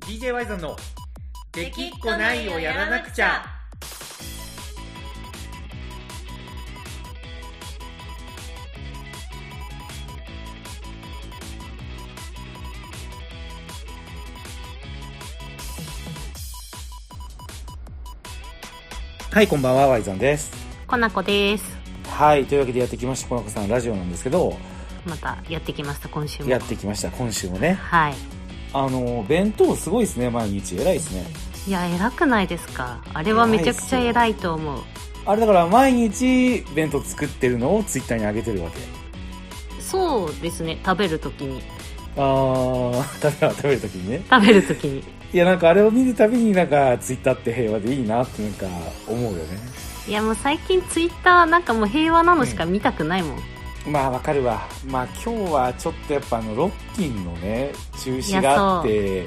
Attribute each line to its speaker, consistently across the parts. Speaker 1: DJ ワイゾンの「できっこないをやらなくちゃ」はいこんばんはワイゾンです
Speaker 2: コナコです
Speaker 1: はいというわけでやってきましたこの子さんラジオなんですけど
Speaker 2: またやってきました今週も
Speaker 1: やってきました今週もね
Speaker 2: はい
Speaker 1: あの弁当すごいですね毎日偉いですね
Speaker 2: いや偉くないですかあれはめちゃくちゃ偉いと思う
Speaker 1: あれだから毎日弁当作ってるのをツイッターに上げてるわけ
Speaker 2: そうですね食べるときに
Speaker 1: ああ食べ食べる時にね
Speaker 2: 食べるときに
Speaker 1: いやなんかあれを見るたびになんかツイッターって平和でいいなってなんか思うよね
Speaker 2: いやもう最近ツイッターなんかもう平和なのしか見たくないもん、
Speaker 1: まあわかるわまあ今日はちょっとやっぱあのロッキンのね中止があって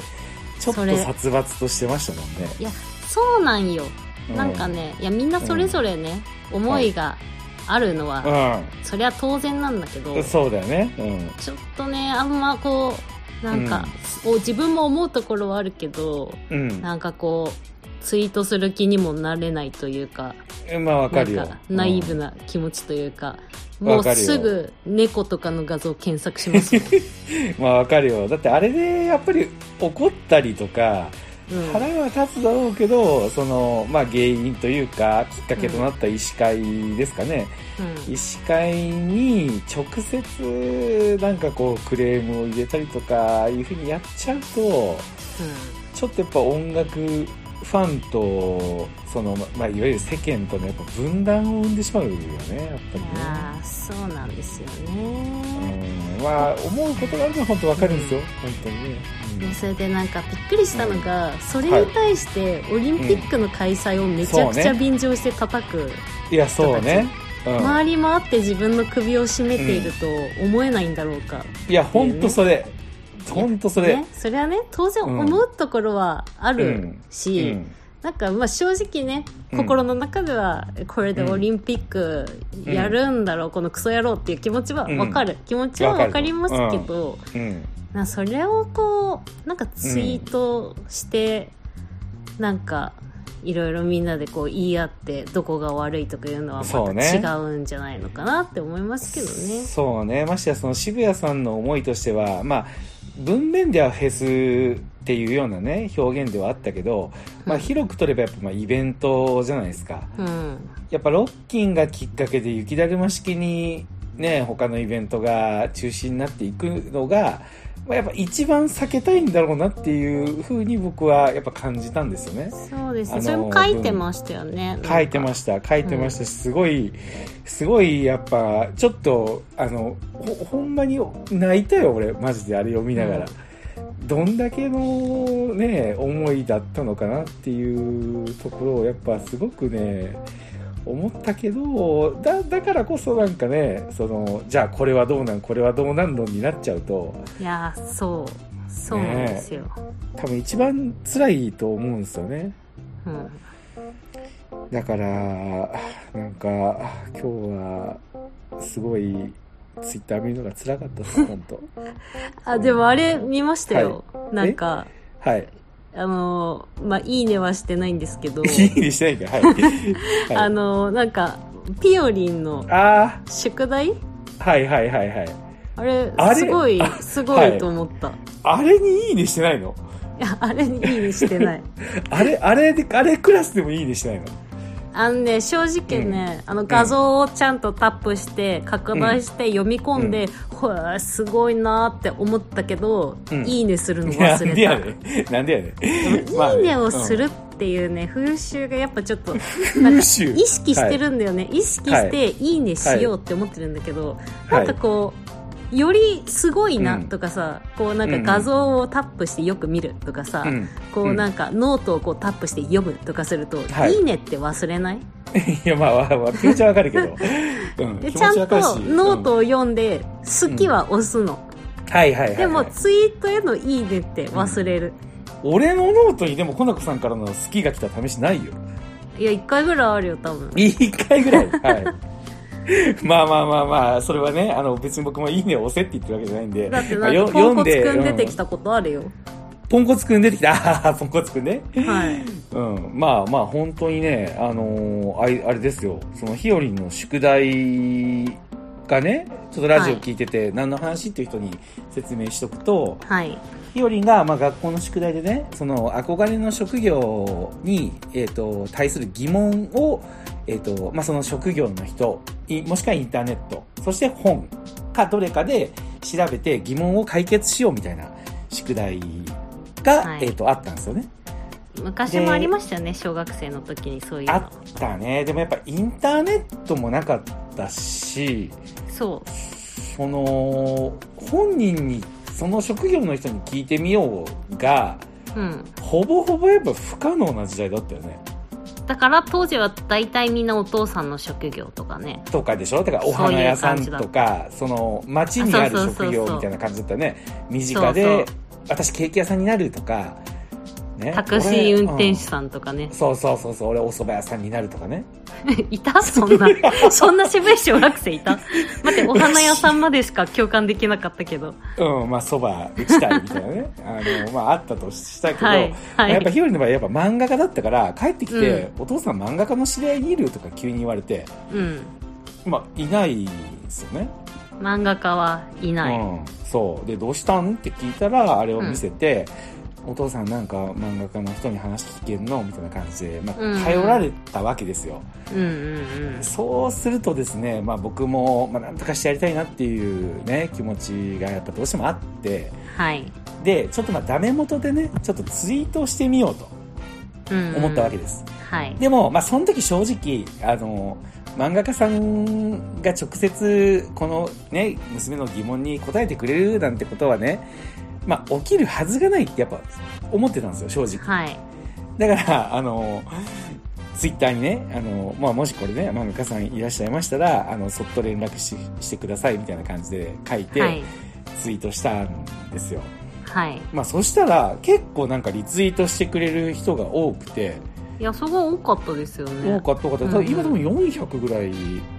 Speaker 1: ちょっ
Speaker 2: そ
Speaker 1: と
Speaker 2: れ
Speaker 1: 殺伐としてましたもんね
Speaker 2: いやそうなんよ、
Speaker 1: う
Speaker 2: なんかねいやみんなそれぞれね、思いがあるのは、そりゃ当然なんだけど、
Speaker 1: うんそうだよねうん
Speaker 2: ちょっとねあんまこうなんか、お自分も思うところはあるけど
Speaker 1: うん、
Speaker 2: なんかこうツイートする気にもなれないというか
Speaker 1: まあわかるよ
Speaker 2: なんかナイーブ
Speaker 1: うん
Speaker 2: な気持ちというか、
Speaker 1: うん
Speaker 2: も
Speaker 1: わ
Speaker 2: う
Speaker 1: かるよ
Speaker 2: すぐ猫とかの画像検索します
Speaker 1: ま
Speaker 2: も
Speaker 1: あわかるよだってあれでやっぱり怒ったりとか
Speaker 2: ん、うん
Speaker 1: 腹は立つだろうけど、その、まあ、原因というか、きっかけとなった医師会ですかね。
Speaker 2: うん
Speaker 1: 医師会に直接、なんかこう、クレームを入れたりとか、いうふうにやっちゃうと、ちょっとやっぱ音楽ファンと、その、まあ、いわゆる世間とのやっぱ分断を生んでしまうよね、やっぱりね。
Speaker 2: ああそうなんですよね、
Speaker 1: うん、まあ、思うことがあるのは本当わかるんですよ、本当にね。うん
Speaker 2: でそれでなんかびっくりしたのが、それに対してオリンピックの開催をめちゃくち
Speaker 1: う
Speaker 2: ゃ
Speaker 1: ん
Speaker 2: 便乗して叩く、
Speaker 1: いや、そうね。うん
Speaker 2: 周り回って自分の首を絞めていると思えないんだろうか、
Speaker 1: いや、本当それ。
Speaker 2: いや
Speaker 1: 本当それ。
Speaker 2: ね、それはね当然
Speaker 1: うん
Speaker 2: 思うところはある
Speaker 1: う
Speaker 2: し、
Speaker 1: ん
Speaker 2: なんかまあ正直ね
Speaker 1: うん
Speaker 2: 心の中ではこれでオリンピックやるんだろう、このクソ野郎っていう気持ちは分かる、気持ちは分かりますけど、
Speaker 1: うん
Speaker 2: なそれをこうなんかツイートして、なんかいろいろみんなでこう言い合ってどこが悪いとかいうのは
Speaker 1: そ
Speaker 2: ま
Speaker 1: うね
Speaker 2: た違うんじゃないのかなって思いますけどね。
Speaker 1: そうねましてやその渋谷さんの思いとしてはまあ文面ではフェスっていうようなね表現ではあったけど、まあ、広く取ればやっぱまあイベントじゃないですか
Speaker 2: うん
Speaker 1: やっぱロッキンがきっかけで雪だるま式にね他のイベントが中止になっていくのが、まあ、やっぱ一番避けたいんだろうなっていうふうに僕はやっぱ感じたんですよね
Speaker 2: そうです
Speaker 1: あの
Speaker 2: ね。それも書いてましたよね。
Speaker 1: 書いてま
Speaker 2: し
Speaker 1: した書いてましたしすごいすごいやっぱちょっとあのほほんまに泣いたよ俺マジであれ読みながら、どんだけのね思いだったのかなっていうところをやっぱすごくね思ったけどだだからこそなんかねそのじゃあこれはどうなんこれはどうなんのになっちゃうと
Speaker 2: た。いやー、そう。そうなんですよ。
Speaker 1: 多分一番辛いと思うんですよね。
Speaker 2: うん。
Speaker 1: だからなんか今日はすごいツイッター見るのが辛かったです本 当
Speaker 2: あ、でもあれ見ましたよ。なんか、
Speaker 1: はい
Speaker 2: あのー、まあ、いいねはしてないんです けど、
Speaker 1: いいにしてないからはい、はい、
Speaker 2: あのー、なんか、ピオリンの
Speaker 1: あ
Speaker 2: 宿題
Speaker 1: ーはいはいはいはい
Speaker 2: あれ
Speaker 1: あれ
Speaker 2: すごい
Speaker 1: あ、
Speaker 2: すごいと思った。い
Speaker 1: あれにいいにしてないの
Speaker 2: や、あれにいいねし てない。
Speaker 1: あれあれであれクラスでもいいにしてないの
Speaker 2: あのね、正直ね、あの画像をちゃんとタップして、拡大して読み込んで、ほら、すごいなーって思ったけど、
Speaker 1: うん
Speaker 2: いいねするの
Speaker 1: な
Speaker 2: 忘
Speaker 1: んでや
Speaker 2: れ
Speaker 1: ねんなんでやねん、
Speaker 2: た。いいねをす
Speaker 1: うん
Speaker 2: るっていうね、風習がやっぱちょっ と、なん
Speaker 1: 風
Speaker 2: か
Speaker 1: 習
Speaker 2: 意識してるんだよね。意識して、いいねしようって思ってるんだけど、
Speaker 1: はい
Speaker 2: なんかこう、よりすごいな
Speaker 1: うん
Speaker 2: とかさ、こうなんか画像をタップしてよく見るとかさ、
Speaker 1: うん
Speaker 2: こうなんかノートをこうタップして読むとかすると、
Speaker 1: はい
Speaker 2: いいねって忘れない
Speaker 1: いやまあわわ気持ちはわかるけ ど、うん、
Speaker 2: で
Speaker 1: 気
Speaker 2: ちゃ
Speaker 1: 持
Speaker 2: ん
Speaker 1: ち
Speaker 2: と
Speaker 1: わかるし
Speaker 2: ノート
Speaker 1: うん
Speaker 2: を読んで「好き」は押すの、
Speaker 1: はいはいはいはい
Speaker 2: でもツイートへの「いいね」って忘れる、
Speaker 1: 俺のノートにでもコナコさんからの好きが来た試しないよ
Speaker 2: いや1回ぐらいあるよ多分
Speaker 1: 一回ぐらいはいまあまあまあまあそれはねあの別に僕も「いいね」を押せって言ってるわけじゃないんで
Speaker 2: だって
Speaker 1: ま
Speaker 2: な
Speaker 1: あ
Speaker 2: ん
Speaker 1: よ
Speaker 2: かポン
Speaker 1: 読
Speaker 2: コ
Speaker 1: ん
Speaker 2: ツ
Speaker 1: で
Speaker 2: くん出て
Speaker 1: う
Speaker 2: きたことあるよ、
Speaker 1: ポンコツくん出てきた。 ああ、ポンコツくんね。
Speaker 2: はい。
Speaker 1: うん。まあまあ、本当にね、あのーあい、あれですよ。その、ひよりんの宿題がね、ちょっとラジオ聞いてて、何の話っていう人に説明しとくと、
Speaker 2: はい。
Speaker 1: ひよりんが、まあ、学校の宿題でね、その、憧れの職業に、えっ、と、対する疑問を、えっ、と、まあ、その職業の人、いもしくはインターネット、そして本かどれかで調べて疑問を解決しようみたいな宿題が、
Speaker 2: は
Speaker 1: え
Speaker 2: い
Speaker 1: っ、と、あったんですよね。
Speaker 2: 昔もありましたよね、小学生の時にそういう
Speaker 1: あ
Speaker 2: の。
Speaker 1: ったね。でもやっぱインターネットもなかったし、
Speaker 2: そ
Speaker 1: その、本人に、その職業の人に聞いてみようが、
Speaker 2: う。うん。
Speaker 1: ほぼほぼやっぱ不可能な時代だったよね。
Speaker 2: だから当時は大体みんなお父さんの職業とかね。
Speaker 1: とかでしょだからお
Speaker 2: そういう
Speaker 1: 花屋さん
Speaker 2: 感じだ
Speaker 1: とか、その街にある
Speaker 2: あそうそうそうそう
Speaker 1: 職業みたいな感じだったよね。身近で、
Speaker 2: そう
Speaker 1: 私ケーキ屋さんになるとか、ね。
Speaker 2: タクシー運転手
Speaker 1: 俺
Speaker 2: さんとかね
Speaker 1: うん。そうそうそうそう、俺お蕎麦屋さんになるとかね。
Speaker 2: いたそんな。そんな渋い小学生いた 待って、お花屋さんまでしか共感できなかったけど。
Speaker 1: うん、まあ蕎麦打ちたいみたいなね。 あの、まああったとしたけど、
Speaker 2: はい。
Speaker 1: ま
Speaker 2: は
Speaker 1: あやっぱ
Speaker 2: い。
Speaker 1: ヒロリの場合やっぱ漫画家だったから、帰ってきて、
Speaker 2: う
Speaker 1: お父さん漫画家の知り合いにいるとか急に言われて、
Speaker 2: うん。
Speaker 1: まあいないですよね。
Speaker 2: 漫画家はいない。
Speaker 1: うん、そうでどうしたんって聞いたらあれを見せて、お父さんなんか漫画家の人に話聞けんのみたいな感じで、まあ
Speaker 2: うん
Speaker 1: 頼られたわけですよ、
Speaker 2: うんうんうん。
Speaker 1: そうするとですね、まあ、僕も、まあ、なんとかしてやりたいなっていう、ね、気持ちがやっぱどうしてもあって
Speaker 2: はい。
Speaker 1: でちょっとまあダメ元でねちょっとツイートをしてみようと
Speaker 2: うん。
Speaker 1: 思ったわけです、
Speaker 2: はい。
Speaker 1: でも、まあ、その時正直あの漫画家さんが直接このね娘の疑問に答えてくれるなんてことはね、まあ、起きるはずがないってやっぱ思ってたんですよ正直
Speaker 2: はい。
Speaker 1: だからあのツイッターにねあの、まあ、もしこれね漫画家さんいらっしゃいましたらあのそっと連絡ししてくださいみたいな感じで書いて、
Speaker 2: はい。
Speaker 1: ツイートしたんですよ、
Speaker 2: はい。
Speaker 1: まあ、そしたら結構なんかリツイートしてくれる人が多くて、
Speaker 2: いや、そこ多かったですよね。
Speaker 1: 多かった多かった、
Speaker 2: うん
Speaker 1: 多分今でも400ぐらい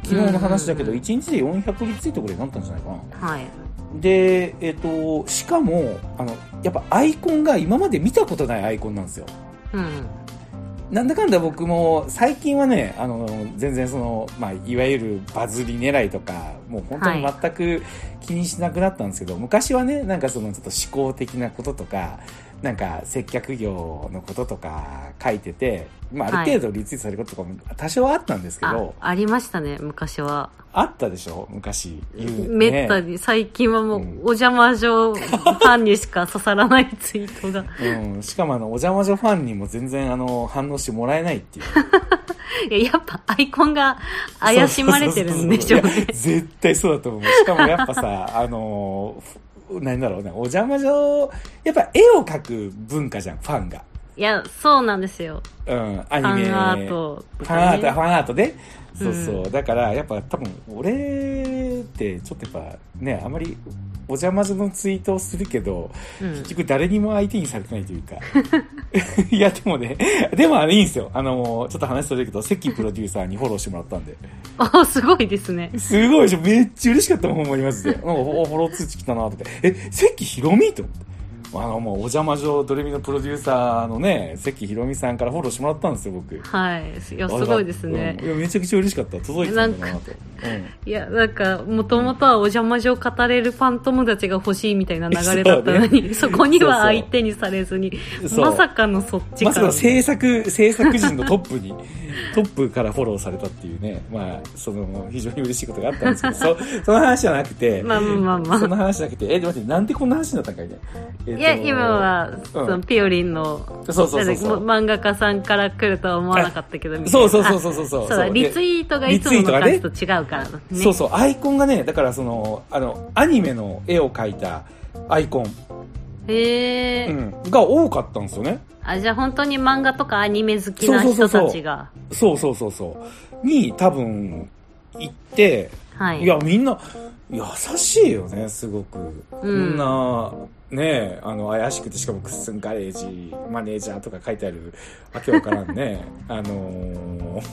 Speaker 1: 昨日の話だけど、
Speaker 2: うんうん
Speaker 1: 1日で400リツイートぐらいになったんじゃないかな
Speaker 2: はい。
Speaker 1: でえっ、としかもあのやっぱアイコンが今まで見たことないアイコンなんですよ
Speaker 2: うん。
Speaker 1: なんだかんだ僕も最近はねあの全然その、まあ、いわゆるバズり狙いとかもう本当に
Speaker 2: は
Speaker 1: 全く気にしなくなったんですけど、昔はねなんかそのちょっと思考的なこととかなんか接客業のこととか書いてて、まあ、ある程度リツイートされることとかも多少はあったんですけど、
Speaker 2: あ、ありましたね、昔は。
Speaker 1: あったでしょ昔言うね
Speaker 2: めったに、最近はもう、
Speaker 1: うん
Speaker 2: お邪魔状ファンにしか刺さらないツイートが。
Speaker 1: うん、しかもあのお邪魔女ファンにも全然あの反応してもらえないっていう
Speaker 2: いや、やっぱアイコンが 怪しまれてるんでしょう
Speaker 1: そうそうそうそういや。
Speaker 2: ね
Speaker 1: 絶対そうだと思うしかもやっぱさあのふ何だろうねお邪魔女やっぱ絵を描く文化じゃんファンが、
Speaker 2: いや、そうなんですよ。
Speaker 1: うん、
Speaker 2: ファ
Speaker 1: アニメ
Speaker 2: ンアート
Speaker 1: フ
Speaker 2: と
Speaker 1: ァンア
Speaker 2: か
Speaker 1: ー
Speaker 2: ね、
Speaker 1: ト、ファンアートで。そうそう。
Speaker 2: う
Speaker 1: だから、やっぱ多分、俺って、ちょっとやっぱ、ね、あまり、お邪魔ずのツイートをするけど、
Speaker 2: うん
Speaker 1: 結局誰にも相手にされてないというか。 いや、でもね、でもあれいいんですよ。あの、ちょっと話それるけど、関プロデューサーにフォローしてもらったんで。
Speaker 2: おすごいですね。
Speaker 1: すごいでしょめっちゃ嬉しかったもん、ほんまにマジで。なんか、おフォロー通知来たなと思って。え、関ひろみと思って。あの、もう、お邪魔女ドレミのプロデューサーのね、関ひろみさんからフォローしてもらったんですよ、僕。
Speaker 2: はい。いや、すごいですね
Speaker 1: うん。いやめちゃくちゃ嬉しかった。届いてたんだなと。
Speaker 2: いや、なんか、もともとはお邪魔状語れるファン友達が欲しいみたいな流れだったのに、そ,、こには相手にされずに、
Speaker 1: うんそう。
Speaker 2: まさかのそっち
Speaker 1: ま
Speaker 2: か
Speaker 1: さ
Speaker 2: ら。
Speaker 1: か制作、制作人のトップに、 トップからフォローされたっていうね、まあ、その、非常に嬉しいことがあったんですけど、そ、その話じゃなくて、
Speaker 2: まあまあまあ
Speaker 1: その話じゃなくて、え、待って、なんでこんな話になったんかいね。えっと
Speaker 2: いや、今、は、そのピオリンの、
Speaker 1: そうそうそうそう。
Speaker 2: 漫画家さんから来るとは思わなかったけど、みたいな
Speaker 1: そうそうそうそうそうそう
Speaker 2: あそうだ、リツイートがいつもの感じと違うからね。
Speaker 1: そうそう、アイコンがね、だからその、あの、アニメの絵を描いたアイコン、
Speaker 2: へえ、
Speaker 1: うん、が多かったんですよね。
Speaker 2: あ、じゃあ本当に漫画とかアニメ好きな人たちが。
Speaker 1: そうそうそうそう。に、多分、行って、
Speaker 2: はい。
Speaker 1: いや、みんな、優しいよね、すごく。
Speaker 2: うん
Speaker 1: みんな、ねえ、あの、怪しくて、しかもクッスンガレージ、マネージャーとか書いてある、わけわからん ね。あのー、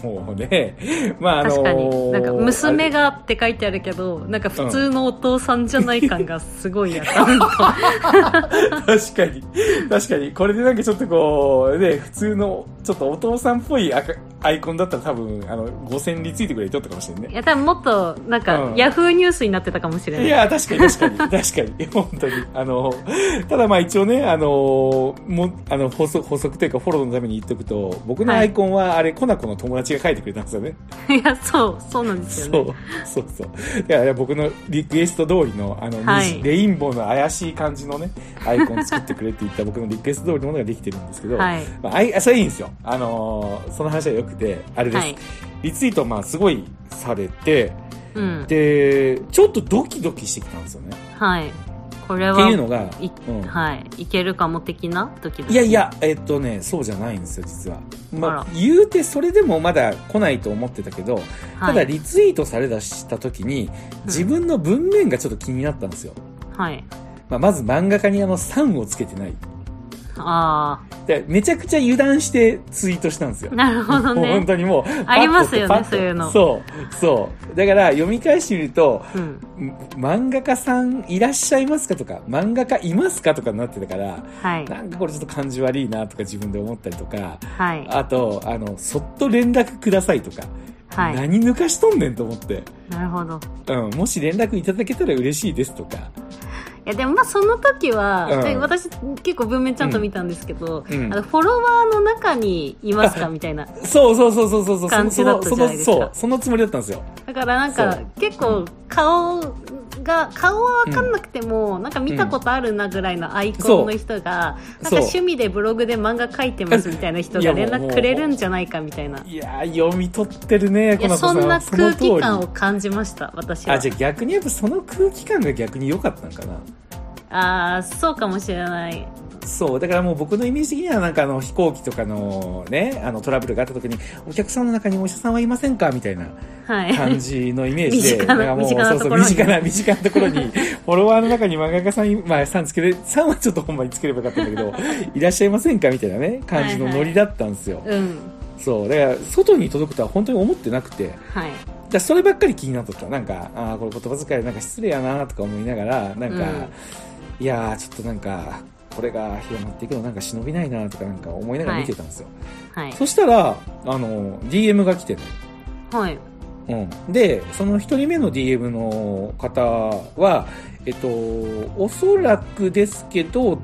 Speaker 1: もうね、まあ、あの
Speaker 2: 確かに。なんか、娘
Speaker 1: が。
Speaker 2: がって書いてあるけど、なんか普通のお父さんじゃない感がすご いやった。なんか
Speaker 1: 確かに。確かに。これでなんかちょっとこう、ね、普通の、ちょっとお父さんっぽいアカアイコンだったら多分、あの、5000リツイートぐらいとったかもしれんね
Speaker 2: い。や、多分もっと、なんか、
Speaker 1: うん
Speaker 2: ヤフーニュースになってたかもしれない。
Speaker 1: いや、確かに 確かに、確かに、 本当に。あの、ただまあ一応ね、あの、も、あの、補足、補足というかフォローのために言っとくと、僕の
Speaker 2: はい
Speaker 1: アイコンは、あれ、コナコの友達が書いてくれたんですよね。
Speaker 2: いや、そう、そうなんですよ
Speaker 1: そ
Speaker 2: ね。
Speaker 1: う、そうそう。だから僕のリクエスト通りの、あの、
Speaker 2: はい
Speaker 1: 虹レインボーの怪しい感じのね、アイコン作ってくれって言った僕のリクエスト通りのものができてるんですけど、
Speaker 2: はい。
Speaker 1: まあ、あいあそれいいんですよ。あのその話は良くて、あれです。
Speaker 2: はい。
Speaker 1: リツイート、まあ、すごいされて、
Speaker 2: うん。
Speaker 1: で、ちょっとドキドキしてきたんですよね。
Speaker 2: はい。これ
Speaker 1: っていう
Speaker 2: は、
Speaker 1: のが、
Speaker 2: い
Speaker 1: うん
Speaker 2: はい。いけるかも的な時々
Speaker 1: いやい。や、えっとね、そうじゃないんですよ、実は。
Speaker 2: あ
Speaker 1: まあ
Speaker 2: ら、
Speaker 1: 言うてそれでもまだ来ないと思ってたけど、
Speaker 2: はい、
Speaker 1: ただリツイートされだした時に、自分の文面がちょっと気になったんですよ。
Speaker 2: はい。
Speaker 1: まあ、まず漫画家にあの、さんをつけてない。
Speaker 2: あ
Speaker 1: でめちゃくちゃ油断してツイートしたんですよ
Speaker 2: あ、。なるほど
Speaker 1: もう本
Speaker 2: ね。
Speaker 1: 当にもう、
Speaker 2: ありますよね
Speaker 1: パッと
Speaker 2: そういうの
Speaker 1: そう、そう。だから読み返してみると、
Speaker 2: うん。
Speaker 1: 漫画家さんいらっしゃいますかとか、漫画家いますかとかになってたから、
Speaker 2: はい。
Speaker 1: なんかこれちょっと感じ悪いなとか自分で思ったりとか、
Speaker 2: はい。
Speaker 1: あと、あの、そっと連絡くださいとか、
Speaker 2: はい。
Speaker 1: 何抜かしとんねんと思って、
Speaker 2: なるほど。
Speaker 1: うん、もし連絡いただけたら嬉しいですとか、
Speaker 2: いやでもまあその時は、
Speaker 1: うん
Speaker 2: で私結構文面ちゃんと見たんですけど、
Speaker 1: うん
Speaker 2: あのフォロワーの中にいますかみたいな
Speaker 1: そうそうそうそうそうそう、
Speaker 2: 感
Speaker 1: そ
Speaker 2: じだっ
Speaker 1: の、
Speaker 2: た
Speaker 1: そ
Speaker 2: じゃな
Speaker 1: の、
Speaker 2: いですか
Speaker 1: そう、そのつもりだったんですよ。
Speaker 2: だからなん
Speaker 1: そ
Speaker 2: か
Speaker 1: う
Speaker 2: 結構顔が顔は分かんなくても、なんか見たことあるなぐらいのアイコンの人が、
Speaker 1: そう
Speaker 2: なんか趣味でブログで漫画描いてますみたいな人
Speaker 1: いや
Speaker 2: が
Speaker 1: もう
Speaker 2: 連絡くれるんじゃないかみたいない
Speaker 1: やー、読み取ってるね、
Speaker 2: い
Speaker 1: こ
Speaker 2: や
Speaker 1: の子
Speaker 2: そ
Speaker 1: さん。
Speaker 2: んな空
Speaker 1: その
Speaker 2: 気
Speaker 1: 通り
Speaker 2: 感を感じました私は
Speaker 1: あ、じゃあ逆にやっぱその空気感が逆に良かったんかな。
Speaker 2: ああーそうかもしれない
Speaker 1: そう、だからもう僕のイメージ的にはなんかあの飛行機とかのね、あのトラブルがあった時に、お客さんの中にお医者さんはいませんかみたいな
Speaker 2: はい
Speaker 1: 感じのイメージで、
Speaker 2: 身近な
Speaker 1: なんかもう、
Speaker 2: 身近な
Speaker 1: そう
Speaker 2: と
Speaker 1: そ
Speaker 2: こ
Speaker 1: う、
Speaker 2: ろ
Speaker 1: 身
Speaker 2: に
Speaker 1: 近な、身近なところに、フォロワーの中に漫画家さんい、 まあ、さんつけて、さんはちょっとほんまにつければよかったんだ けど、いらっしゃいませんかみたいなね、感じのノリだったんですよ。
Speaker 2: うん
Speaker 1: そう、だから外に届くとは本当に思ってなくて、
Speaker 2: はい
Speaker 1: だからそればっかり気になっとったなんかああこれ言葉遣いなんか失礼やなとか思いながらなんか、
Speaker 2: うん
Speaker 1: いやーちょっとなんかこれが広まっていくのなんか忍びないなとかなんか思いながら見てたんですよ、
Speaker 2: はい
Speaker 1: そしたらあの DM が来てね、
Speaker 2: はい
Speaker 1: うん、でその一人目の DM の方はえっとおそらくですけど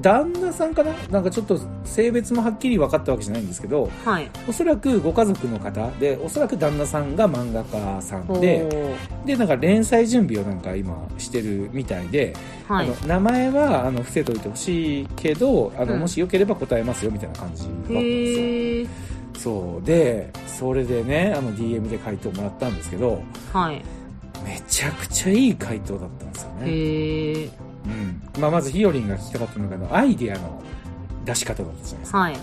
Speaker 1: 旦那さんかななんかちょっと性別もはっきり分かったわけじゃないんですけど
Speaker 2: はい
Speaker 1: おそらくご家族の方でおそらく旦那さんが漫画家さんで、
Speaker 2: おー
Speaker 1: でなんか連載準備をなんか今してるみたいで、
Speaker 2: はい
Speaker 1: あの名前はあの伏せといてほしいけどあの、
Speaker 2: うん
Speaker 1: もしよければ答えますよみたいな感じだったんですよ
Speaker 2: へえ
Speaker 1: そうでそれでねあの DM で回答もらったんですけど
Speaker 2: はい
Speaker 1: めちゃくちゃいい回答だったんですよね、
Speaker 2: へえ
Speaker 1: うんまあ、まずひよりんが聞きたかったのがあのアイデアの出し方だったじゃないですか
Speaker 2: はい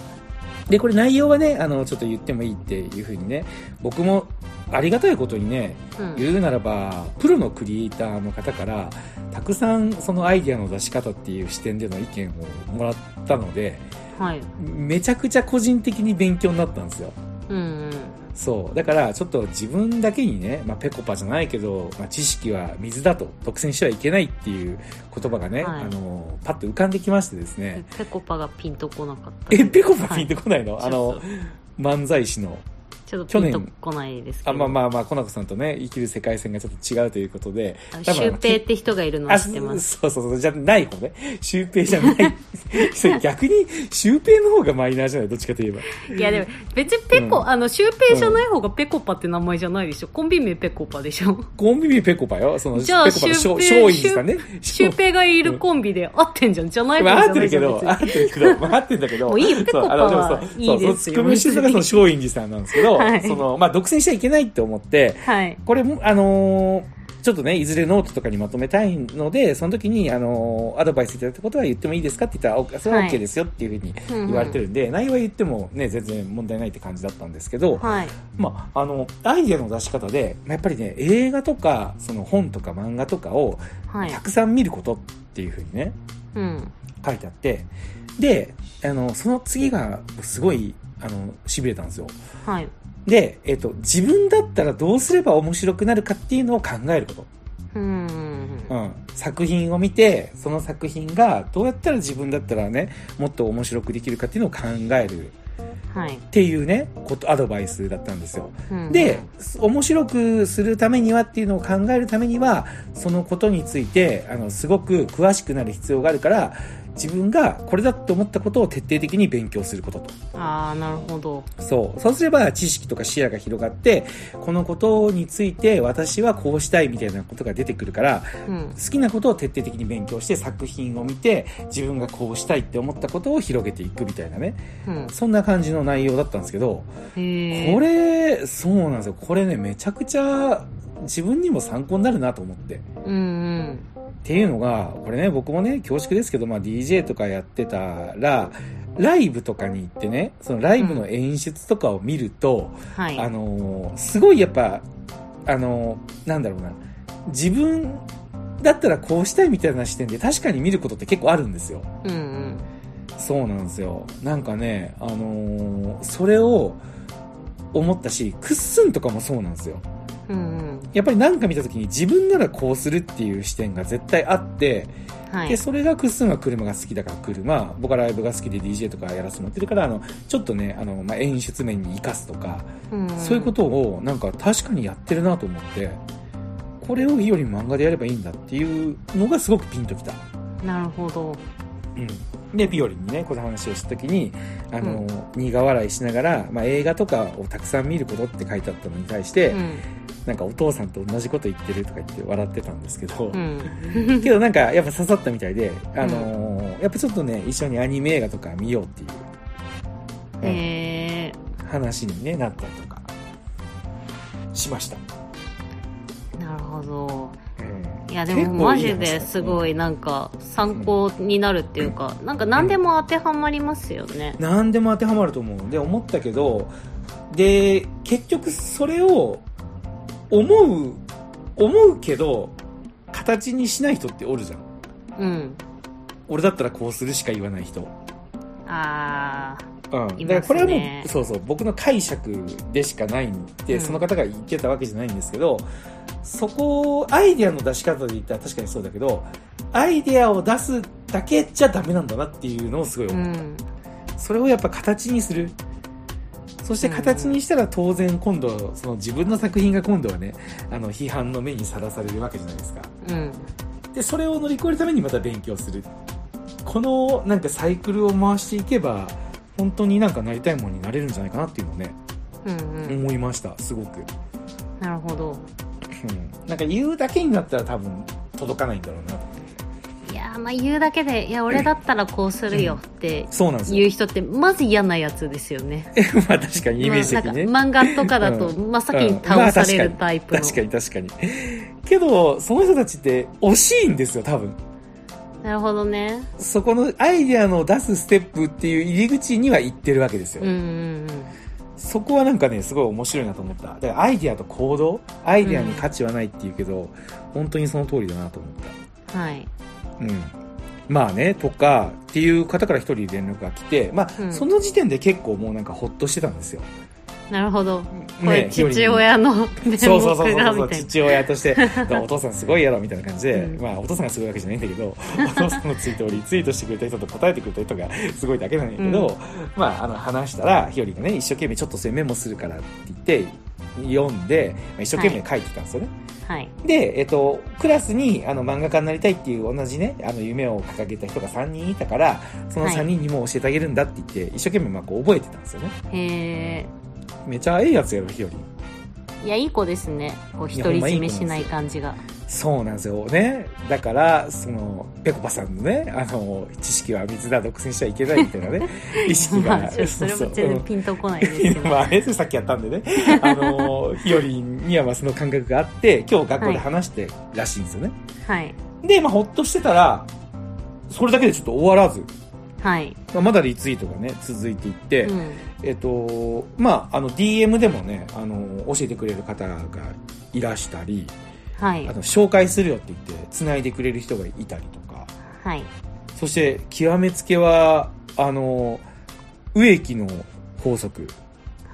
Speaker 1: でこれ内容はねあのちょっと言ってもいいっていうふうにね僕もありがたいことにね
Speaker 2: うん
Speaker 1: 言うならばプロのクリエイターの方からたくさんそのアイデアの出し方っていう視点での意見をもらったので
Speaker 2: はい
Speaker 1: めちゃくちゃ個人的に勉強になったんですよ
Speaker 2: うんうん
Speaker 1: そうだからちょっと自分だけにね、まあ、ペコパじゃないけど、まあ、知識は水だと独占してはいけないっていう言葉がね、
Speaker 2: はい
Speaker 1: あのパッと浮かんできましてですね
Speaker 2: ペコパがピンとこなかった
Speaker 1: えペコパピンとこないの、
Speaker 2: はい
Speaker 1: あの漫才師の
Speaker 2: ちょっとピンとこないですけど
Speaker 1: あまあまあまあコナコさんとね生きる世界線がちょっと違うということで
Speaker 2: あの
Speaker 1: 多分
Speaker 2: シュウペイって人がいるのは
Speaker 1: あ、
Speaker 2: 知ってます
Speaker 1: そうそうそう、じゃない方ね。シュウペイじ ゃない。それ逆に、シュウペイの方がマイナーじゃない、どっちかといえば。
Speaker 2: いやでも別にペ
Speaker 1: う
Speaker 2: コ、
Speaker 1: ん
Speaker 2: あのシュウペイじゃない方がペコパって名前じゃないでしょコンビ名ペコパでしょ
Speaker 1: コンビ名ペコパよ。その、ペ
Speaker 2: じゃあ
Speaker 1: コパの
Speaker 2: シュウペイ
Speaker 1: 松陰寺さんね。
Speaker 2: シュウペイがいるコンビで合ってんじゃんじゃない
Speaker 1: まあ
Speaker 2: 方
Speaker 1: 合
Speaker 2: じ
Speaker 1: ってる
Speaker 2: ゃないじ
Speaker 1: け
Speaker 2: ゃん
Speaker 1: ど、合っ
Speaker 2: 別に
Speaker 1: てるけど、まあ合ってんだけど。
Speaker 2: もういいよペコパは
Speaker 1: そう、そう、
Speaker 2: い
Speaker 1: そ
Speaker 2: いです
Speaker 1: う、
Speaker 2: よ
Speaker 1: ツッコミのしてたのがその松陰寺さんなんですけど、
Speaker 2: はい
Speaker 1: その、まあ独占しちゃいけないって思って、
Speaker 2: はい
Speaker 1: これも、あのーちょっとね、いずれノートとかにまとめたいので、その時に、あのーアドバイスいただいたことは言ってもいいですかって言ったら、おそれは
Speaker 2: はい
Speaker 1: OK ですよっていうふうに
Speaker 2: うんうん
Speaker 1: 言われてるんで、内容は言ってもね、全然問題ないって感じだったんですけど、
Speaker 2: はい
Speaker 1: まあ、あの、アイデアの出し方で、まあやっぱりね、映画とか、その本とか漫画とかを、
Speaker 2: はい
Speaker 1: たくさん見ることっていうふうにね、
Speaker 2: うん
Speaker 1: 書いてあって、で、あの、その次が、すごい、あの、痺れたんですよ。
Speaker 2: はい
Speaker 1: で、えっと、自分だったらどうすれば面白くなるかっていうのを考えること。
Speaker 2: うん
Speaker 1: うん、作品を見てその作品がどうやったら自分だったらねもっと面白くできるかっていうのを考えるっ
Speaker 2: はい
Speaker 1: ていうねことアドバイスだったんですよ
Speaker 2: うん
Speaker 1: で面白くするためにはっていうのを考えるためにはそのことについてあのすごく詳しくなる必要があるから自分がこれだと思ったことを徹底的に勉強することと
Speaker 2: ああなるほど
Speaker 1: そう。そうすれば知識とか視野が広がって、このことについて私はこうしたいみたいなことが出てくるから、
Speaker 2: うん
Speaker 1: 好きなことを徹底的に勉強して作品を見て自分がこうしたいって思ったことを広げていくみたいなね
Speaker 2: うん
Speaker 1: そんな感じの内容だったんですけど
Speaker 2: へえ
Speaker 1: これそうなんですよこれねめちゃくちゃ自分にも参考になるなと思ってっ
Speaker 2: うんうん
Speaker 1: ていうのがこれね僕もね恐縮ですけど、まあ、DJ とかやってたらライブとかに行ってねそのライブの演出とかを見ると、
Speaker 2: はい
Speaker 1: あのーすごいやっぱあのーなんだろうな自分だったらこうしたいみたいな視点で確かに見ることって結構あるんですよ
Speaker 2: うんうん
Speaker 1: そうなんですよなんかねあのーそれを思ったしクッスンとかもそうなんですよ
Speaker 2: うんうん
Speaker 1: やっぱり何か見た時に自分ならこうするっていう視点が絶対あって
Speaker 2: は
Speaker 1: で
Speaker 2: い
Speaker 1: それがクッスンは車が好きだから車僕はライブが好きで DJ とかやらせてもらってるからあのちょっとねあの、まあ、演出面に生かすとか
Speaker 2: うん
Speaker 1: そういうことをなんか確かにやってるなと思って、これをより漫画でやればいいんだっていうのがすごくピンときた。
Speaker 2: なるほど
Speaker 1: うん、で、ピオリンにね、この話をした時に、あの、苦笑いしながら、まあ、映画とかをたくさん見ることって書いてあったのに対して、
Speaker 2: うん
Speaker 1: なんかお父さんと同じこと言ってるとか言って笑ってたんですけど、
Speaker 2: うん
Speaker 1: けどなんかやっぱ刺さったみたいで、あのやっぱちょっとね、一緒にアニメ映画とか見ようっていう、うん
Speaker 2: え
Speaker 1: 話に、ね、なったりとか、しました。
Speaker 2: ー、なるほど
Speaker 1: うん
Speaker 2: いやでもマジですごいなんか参考になるっていうか、なんか何でも当てはまりますよね、
Speaker 1: 何でも当てはまると思うんで思ったけどで結局それを思う思うけど形にしない人っておるじゃん
Speaker 2: うん
Speaker 1: 俺だったらこうするしか言わない人、うん、
Speaker 2: あいますね
Speaker 1: だからこれはもうそうそう僕の解釈でしかないんで、
Speaker 2: うん
Speaker 1: その方が言ってたわけじゃないんですけどそこアイデアの出し方で言ったら確かにそうだけどアイデアを出すだけじゃダメなんだなっていうのをすごい
Speaker 2: ー
Speaker 1: 思
Speaker 2: う
Speaker 1: う、
Speaker 2: ん
Speaker 1: それをやっぱ形にするそして形にしたら当然今度その自分の作品が今度はねあの批判の目にさらされるわけじゃないですか
Speaker 2: うん
Speaker 1: でそれを乗り越えるためにまた勉強するこのなんかサイクルを回していけば本当になんかなりたいものになれるんじゃないかなっていうのをね
Speaker 2: うんうん
Speaker 1: 思いましたすごく、
Speaker 2: なるほど
Speaker 1: うん、なんか言うだけになったら多分届かないんだろうない
Speaker 2: やーまあ言うだけでいや俺だったらこうするよって
Speaker 1: そうなんですよ
Speaker 2: 言う人ってまず嫌なやつですよね
Speaker 1: まあ 確かにイメージ的にね、
Speaker 2: まあなんか漫画とかだと
Speaker 1: うん
Speaker 2: 真っ先に倒されるタイプの、
Speaker 1: 確かに確かにけどその人たちって惜しいんですよ多分
Speaker 2: なるほどね
Speaker 1: そこのアイデアの出すステップっていう入り口には行ってるわけですよ、
Speaker 2: うんうんうん
Speaker 1: そこはなんかねすごい面白いなと思っただからアイデアと行動アイデアに価値はないっていうけど、本当にその通りだなと思っ
Speaker 2: はい
Speaker 1: たうんまあねとかっていう方から一人連絡が来てまあ、
Speaker 2: うん
Speaker 1: その時点で結構もうなんかほっとしてたんですよ、
Speaker 2: なるほどこ
Speaker 1: ね
Speaker 2: れ父親の面目
Speaker 1: そうそうそうそ
Speaker 2: が
Speaker 1: うそ
Speaker 2: み
Speaker 1: う
Speaker 2: たいな
Speaker 1: 父親と してお父さんすごいやろみたいな感じで、
Speaker 2: うん
Speaker 1: まあお父さんがすごいわけじゃないんだけどお父さんのツイートをリツイートしてくれた人と答えてくれた人がすごいだけなんだけど、
Speaker 2: う
Speaker 1: まああの話したらひよりがね一生懸命ちょっとそれメモするからって言って読んでまあ一生懸命書いてたんですよね、
Speaker 2: はい
Speaker 1: で、えっと、クラスにあの漫画家になりたいっていう同じねあの夢を掲げた人が3人いたからその3人にも教えてあげるんだって言って、一生懸命まあこう覚えてたんですよね
Speaker 2: え
Speaker 1: めちゃええやつやろひより
Speaker 2: ー、いやいい子ですねこう
Speaker 1: い
Speaker 2: 独
Speaker 1: やほん
Speaker 2: り
Speaker 1: まいい子なんで
Speaker 2: 占め
Speaker 1: すよ
Speaker 2: しない感じが
Speaker 1: そうなんですよね。だから、その、ぺこぱさんのね、あの、知識は水だ、独占しちゃいけないみたいな ね、意識
Speaker 2: ま
Speaker 1: が。
Speaker 2: あちょっとそれも全
Speaker 1: う
Speaker 2: 然
Speaker 1: ん
Speaker 2: ピンとこないですけど
Speaker 1: まあ、あれですよさっきやったんでね、あの、ひよりにはまあその感覚があって、今日学校で話してらしいんですよね。
Speaker 2: はい
Speaker 1: で、まあ、ほっとしてたら、それだけでちょっと終わらず、
Speaker 2: はい、
Speaker 1: まあまだリツイートがね、続いていって、
Speaker 2: うん、
Speaker 1: えっと、まあ、あの、DM でもね、あの、教えてくれる方がいらしたり、
Speaker 2: はい
Speaker 1: あの紹介するよって言って繋いでくれる人がいたりとか、
Speaker 2: はい
Speaker 1: そして極めつけはあの植木の法則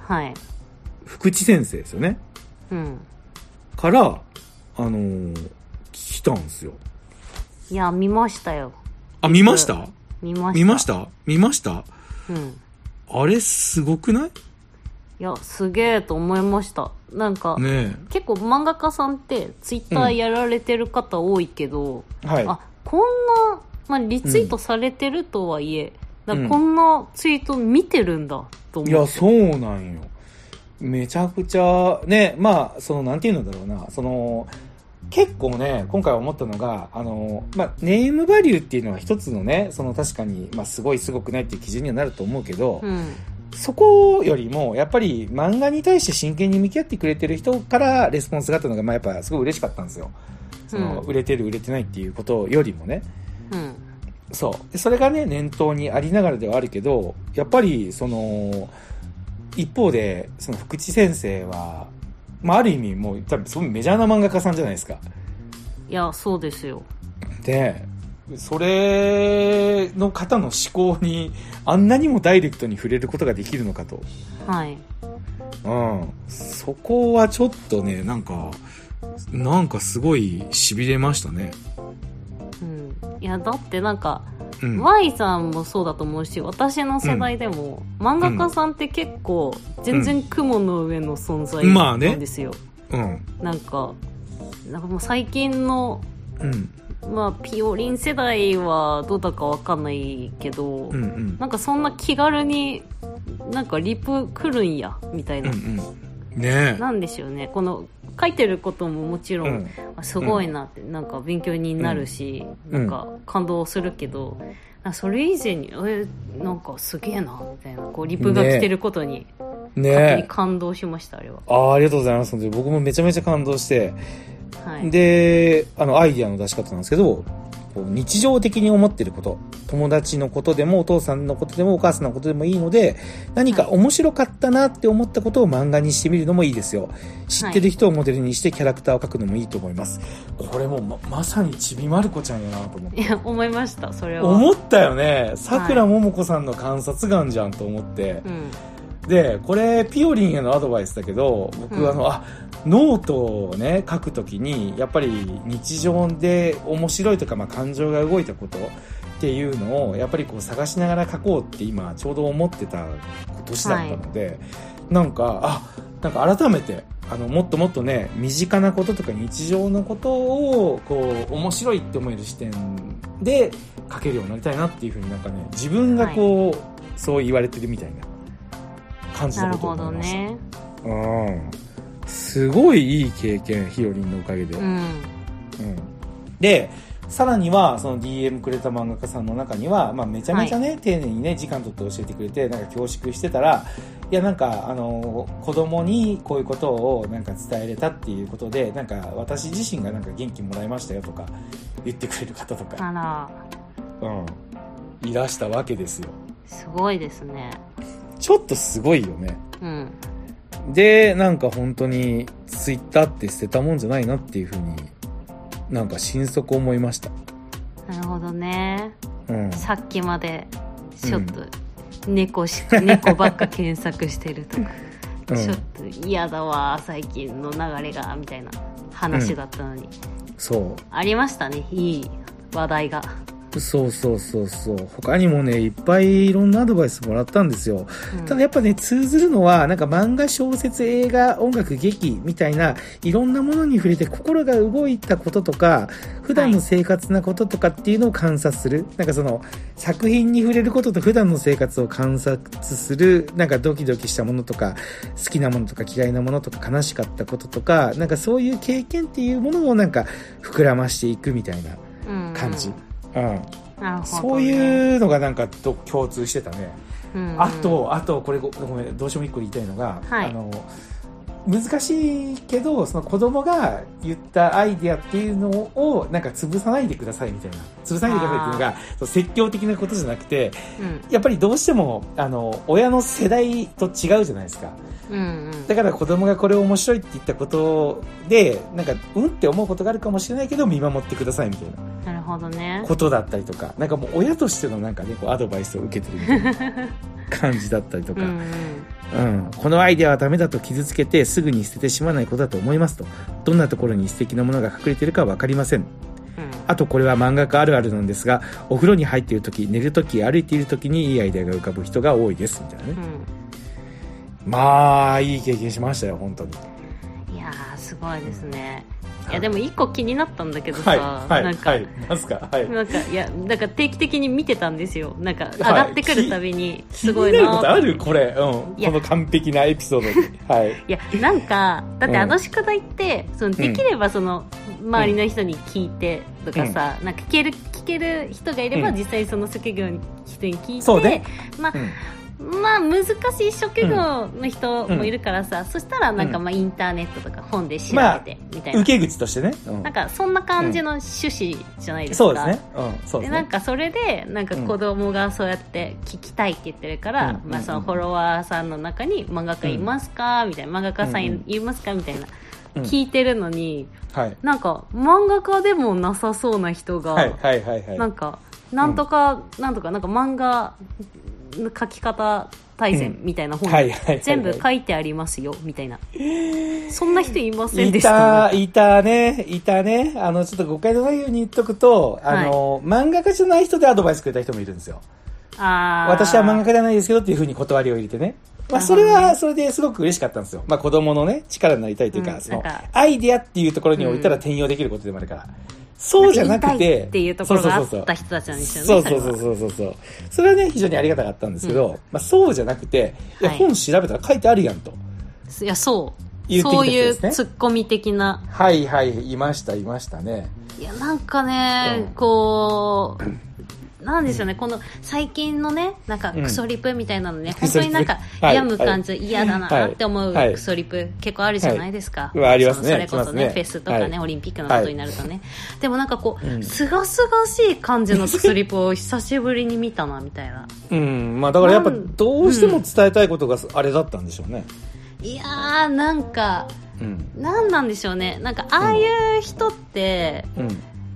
Speaker 2: はい
Speaker 1: 福地先生ですよね
Speaker 2: うん
Speaker 1: からあの来たんですよ
Speaker 2: いや見ましたよ
Speaker 1: あ見ました
Speaker 2: 見ました
Speaker 1: 見ました見ました
Speaker 2: うん
Speaker 1: あれすごくない
Speaker 2: いやすげえと思いましたなんか、
Speaker 1: ね
Speaker 2: 結構漫画家さんってツイッタ
Speaker 1: う
Speaker 2: ー
Speaker 1: ん
Speaker 2: やられてる方多いけど、
Speaker 1: えはい
Speaker 2: あこんな、まあ、リツイートされてるとはいえ、だから
Speaker 1: うん
Speaker 2: こんなツイート見てるんだと
Speaker 1: い
Speaker 2: 思
Speaker 1: や、
Speaker 2: って
Speaker 1: そうなんよ。めちゃくちゃ、ね、まあ、その、なんていうんだろうな、その、結構ね、今回思ったのが、あの、まあ、ネームバリューっていうのは一つのね、その確かに、まあ、すごいすごくないっていう基準にはなると思うけど、
Speaker 2: うん
Speaker 1: そこよりも、やっぱり漫画に対して真剣に向き合ってくれてる人からレスポンスがあったのが、まあ、やっぱすごい嬉しかったんですよ。その、
Speaker 2: うん
Speaker 1: 売れてる売れてないっていうことよりもね。
Speaker 2: うん
Speaker 1: そう。でそれがね、念頭にありながらではあるけど、やっぱり、その、一方で、その福地先生は、まあ、ある意味、もう、多分、すごいメジャーな漫画家さんじゃないですか。
Speaker 2: いやそうですよ
Speaker 1: で、それの方の思考に、あんなにもダイレクトに触れることができるのかと。
Speaker 2: はい
Speaker 1: うん。そこはちょっとね、なんか、なんかすごい痺れましたね。
Speaker 2: うん、いやだってなんか、
Speaker 1: うん。
Speaker 2: Y さんもそうだと思うし私の世代でも、漫画家さんって結構全然雲の上の存在
Speaker 1: うんま
Speaker 2: な
Speaker 1: あ
Speaker 2: ん
Speaker 1: ね
Speaker 2: ですよ、
Speaker 1: うん。
Speaker 2: なんかなんかもう最近の、
Speaker 1: うん。
Speaker 2: まあ、ピオリン世代はどうだかわかんないけ
Speaker 1: う
Speaker 2: ど、
Speaker 1: ん。うん。
Speaker 2: なんかそんな気軽になんかリプ来るんやみたい
Speaker 1: うん。う
Speaker 2: な、
Speaker 1: ん。ねえ。
Speaker 2: なんでしょうねこの書いてることももちろん、
Speaker 1: うん
Speaker 2: あすごいなって、なんか勉強になるし、
Speaker 1: うん
Speaker 2: なんか感動するけど、あそれ以前にえなんかすげえなみたいなこうリプが来てることに
Speaker 1: ね
Speaker 2: 勝手
Speaker 1: え
Speaker 2: に。感動しました、あれは、
Speaker 1: ああ、ありがとうございます。本当に僕もめちゃめちゃ感動して、
Speaker 2: はい、
Speaker 1: で、あの、アイディアの出し方なんですけど、こう日常的に思ってること、友達のことでもお父さんのことでもお母さんのことでもいいので、何か面白かったなって思ったことを漫画にしてみるのもいいですよ。知ってる人をモデルにしてキャラクターを描くのもいいと思います。これもままさにちびまる子ちゃんやなと思って。
Speaker 2: いや 思いましたそれは
Speaker 1: 思ったよね。桜ももこさんの観察眼じゃんと思って。
Speaker 2: うん
Speaker 1: でこれピオリンへのアドバイスだけど僕、
Speaker 2: うん
Speaker 1: あのあノートをね書くときにやっぱり日常で面白いとか、まあ、感情が動いたことっていうのをやっぱりこう探しながら書こうって今ちょうど思ってた年だったので、なんかあなんか改めてあのもっともっとね身近なこととか日常のことをこう面白いって思える視点で書けるようになりたいなっていうふうになんかね自分がこう、そう言われてるみたいな感じ
Speaker 2: な
Speaker 1: たこ
Speaker 2: る
Speaker 1: とを
Speaker 2: ほ
Speaker 1: 思
Speaker 2: ど
Speaker 1: いました。
Speaker 2: ね
Speaker 1: うん、すごいいい経験ひよりんのおかげで、
Speaker 2: う
Speaker 1: うん
Speaker 2: ん
Speaker 1: でさらにはその DM くれた漫画家さんの中には、まあ、めちゃめちゃね、丁寧にね時間取って教えてくれてなんか恐縮してたらいやなんかあの子供にこういうことをなんか伝えれたっていうことでなんか私自身がなんか元気もらいましたよとか言ってくれる方とか、
Speaker 2: あら
Speaker 1: うん、いらしたわけですよ
Speaker 2: すごいですね
Speaker 1: ちょっとすごいよね
Speaker 2: うん
Speaker 1: で、なんか本当にツイッターって捨てたもんじゃないなっていうふうに、なんか心底思いました。
Speaker 2: なるほどね
Speaker 1: うん。
Speaker 2: さっきまでちょっと 猫し、猫ばっか検索してるとか
Speaker 1: う
Speaker 2: ちょっ
Speaker 1: ん、
Speaker 2: と嫌だわ最近の流れがみたいな話だったのに、
Speaker 1: そ
Speaker 2: ありましたねいい話題が、
Speaker 1: う。そうそうそうそう。他にもね、いっぱいいろんなアドバイスもらったんですよ。
Speaker 2: うん
Speaker 1: ただやっぱね、通ずるのは、なんか漫画、小説、映画、音楽、劇みたいな、いろんなものに触れて心が動いたこととか、普段の生活なこととかっていうのを観察する。なんかその、作品に触れることと普段の生活を観察する、なんかドキドキしたものとか、好きなものとか嫌いなものとか悲しかったこととか、なんかそういう経験っていうものをなんか膨らましていくみたいな
Speaker 2: うん
Speaker 1: 感じ。うん。
Speaker 2: なるほどね、
Speaker 1: そういうのがなんかど共通してたね。
Speaker 2: うんうん
Speaker 1: あと、あと、これご、ごめん、どうしても一個言いたいのが、
Speaker 2: はい
Speaker 1: あの、難しいけど、その子供が言ったアイデアっていうのを、なんか潰さないでくださいみたいな。潰さないでくださいっていうのが、そう説教的なことじゃなくて、
Speaker 2: うん
Speaker 1: やっぱりどうしても、あの、親の世代と違うじゃないですか。
Speaker 2: うんうん
Speaker 1: だから子供がこれ面白いって言ったことで、なんか、うんって思うことがあるかもしれないけど、見守ってくださいみたいな
Speaker 2: なるほどね
Speaker 1: ことだったりとか、なんかもう親としてのなんかね、こうアドバイスを受けてるみたいな感じだったりと
Speaker 2: う
Speaker 1: か。
Speaker 2: んうん
Speaker 1: うん、このアイデアはダメだと傷つけてすぐに捨ててしまわないことだと思いますとどんなところに素敵なものが隠れているかわかりません
Speaker 2: うん
Speaker 1: あとこれは漫画家あるあるなんですがお風呂に入っている時寝る時歩いている時にいいアイデアが浮かぶ人が多いですみたいなね、まあいい経験しましたよ本当に
Speaker 2: うんいやーすごいですねい
Speaker 1: はい
Speaker 2: やでも一個気になったんだけどさ、
Speaker 1: はいはい
Speaker 2: なんか、
Speaker 1: はいますかはい
Speaker 2: なんかいやなんか定期的に見てたんですよなんか上
Speaker 1: はい
Speaker 2: がってくるたびにすご
Speaker 1: 気
Speaker 2: い
Speaker 1: になる
Speaker 2: な
Speaker 1: こ
Speaker 2: ー
Speaker 1: とあるこれ、うん、
Speaker 2: いや
Speaker 1: この完璧なエピソードにはい
Speaker 2: いやなんかだって
Speaker 1: うん
Speaker 2: あの宿題って、そのできればその周りの人に聞いてとかさ、なんか聞ける聞ける人がいれば、
Speaker 1: うん
Speaker 2: 実際にその職業の人に聞いて
Speaker 1: そうね
Speaker 2: まあ
Speaker 1: う、ん
Speaker 2: まあ難しい職業の人もいるからさ、そしたらなんか
Speaker 1: うん
Speaker 2: まあインターネットとか本で調
Speaker 1: まあ
Speaker 2: べてみたいな、
Speaker 1: 受け口としてね、うん
Speaker 2: なんかそんな感じの趣旨じゃないですか、
Speaker 1: そうですね、うん、そうで
Speaker 2: ですなん
Speaker 1: ね
Speaker 2: かそれでなんか子供がそうやって聞きたいって言ってるから、
Speaker 1: うん
Speaker 2: まあ、そのフォロワーさんの中に漫画家いますか、みたいな漫画家さん
Speaker 1: うんうん
Speaker 2: いますかみたいな、
Speaker 1: うん
Speaker 2: 聞いてるのに
Speaker 1: はい
Speaker 2: なんか漫画家でもなさそうな人が、
Speaker 1: はいはいはいはい
Speaker 2: なんかなんとか、なんとかなんか漫画の書き方大全みたいな本、
Speaker 1: はいはいはいはい
Speaker 2: 全部書いてありますよみたいなそんな人いませんで
Speaker 1: い
Speaker 2: した
Speaker 1: た、いたね、いたね。あの、ちょっと誤解のないように言っとくと、あの、漫画家じゃない人でアドバイスくれた人もいるんですよ。
Speaker 2: あー
Speaker 1: 私は漫画家じゃないですけどっていうふうに断りを入れてね。まあ、
Speaker 2: なる
Speaker 1: そ
Speaker 2: ほ
Speaker 1: れ
Speaker 2: どね
Speaker 1: は、それですごく嬉しかったんですよ。まあ、子供のね、力になりたいというか、
Speaker 2: うん
Speaker 1: その
Speaker 2: なんか、
Speaker 1: アイデアっていうところに置いたら転用できることでもあるから。そうじゃなく
Speaker 2: 言いた
Speaker 1: て
Speaker 2: い、っていうところがあ
Speaker 1: そうそう
Speaker 2: っ
Speaker 1: そ
Speaker 2: た
Speaker 1: う
Speaker 2: 人たちなんですよね
Speaker 1: そうそう
Speaker 2: れ
Speaker 1: そ
Speaker 2: は
Speaker 1: うそうそうそう。それはね、非常にありがたかったんですけど、
Speaker 2: うん
Speaker 1: まあ、そうじゃなくて、いや
Speaker 2: はい
Speaker 1: 本調べたら書いてあるやんと。
Speaker 2: いやそう
Speaker 1: 言ってき
Speaker 2: そ
Speaker 1: た
Speaker 2: う
Speaker 1: 人
Speaker 2: い
Speaker 1: で
Speaker 2: う
Speaker 1: すね
Speaker 2: ツッコミ的な
Speaker 1: はいはい、いました、いましたね。
Speaker 2: いやなんかね、
Speaker 1: うん
Speaker 2: こうなんでしょうね、この最近のねなんか
Speaker 1: うん
Speaker 2: クソリプみたいなの ね、
Speaker 1: ク
Speaker 2: 本
Speaker 1: ソ
Speaker 2: 当
Speaker 1: リ
Speaker 2: に
Speaker 1: プ
Speaker 2: なんか
Speaker 1: はい
Speaker 2: 病む感じ、嫌だ
Speaker 1: は
Speaker 2: ないって思う
Speaker 1: はい
Speaker 2: クソリプ結構あるじゃないですか、
Speaker 1: はいうんありますね
Speaker 2: そのそれこ
Speaker 1: 来ま
Speaker 2: そ
Speaker 1: す
Speaker 2: ね
Speaker 1: ね
Speaker 2: フェスとかね、
Speaker 1: はい
Speaker 2: オリンピックのことになるとね、でもなんかこ
Speaker 1: う
Speaker 2: うんすがすがしい感じのクソリプを久しぶりに見たなみたいな
Speaker 1: うん、まあだからやっぱ
Speaker 2: なん
Speaker 1: どうしても伝えたいことがあれだったんでしょうね。
Speaker 2: いやーなんか
Speaker 1: うん。
Speaker 2: なんなんでしょうねなんかああいう人って、
Speaker 1: うん。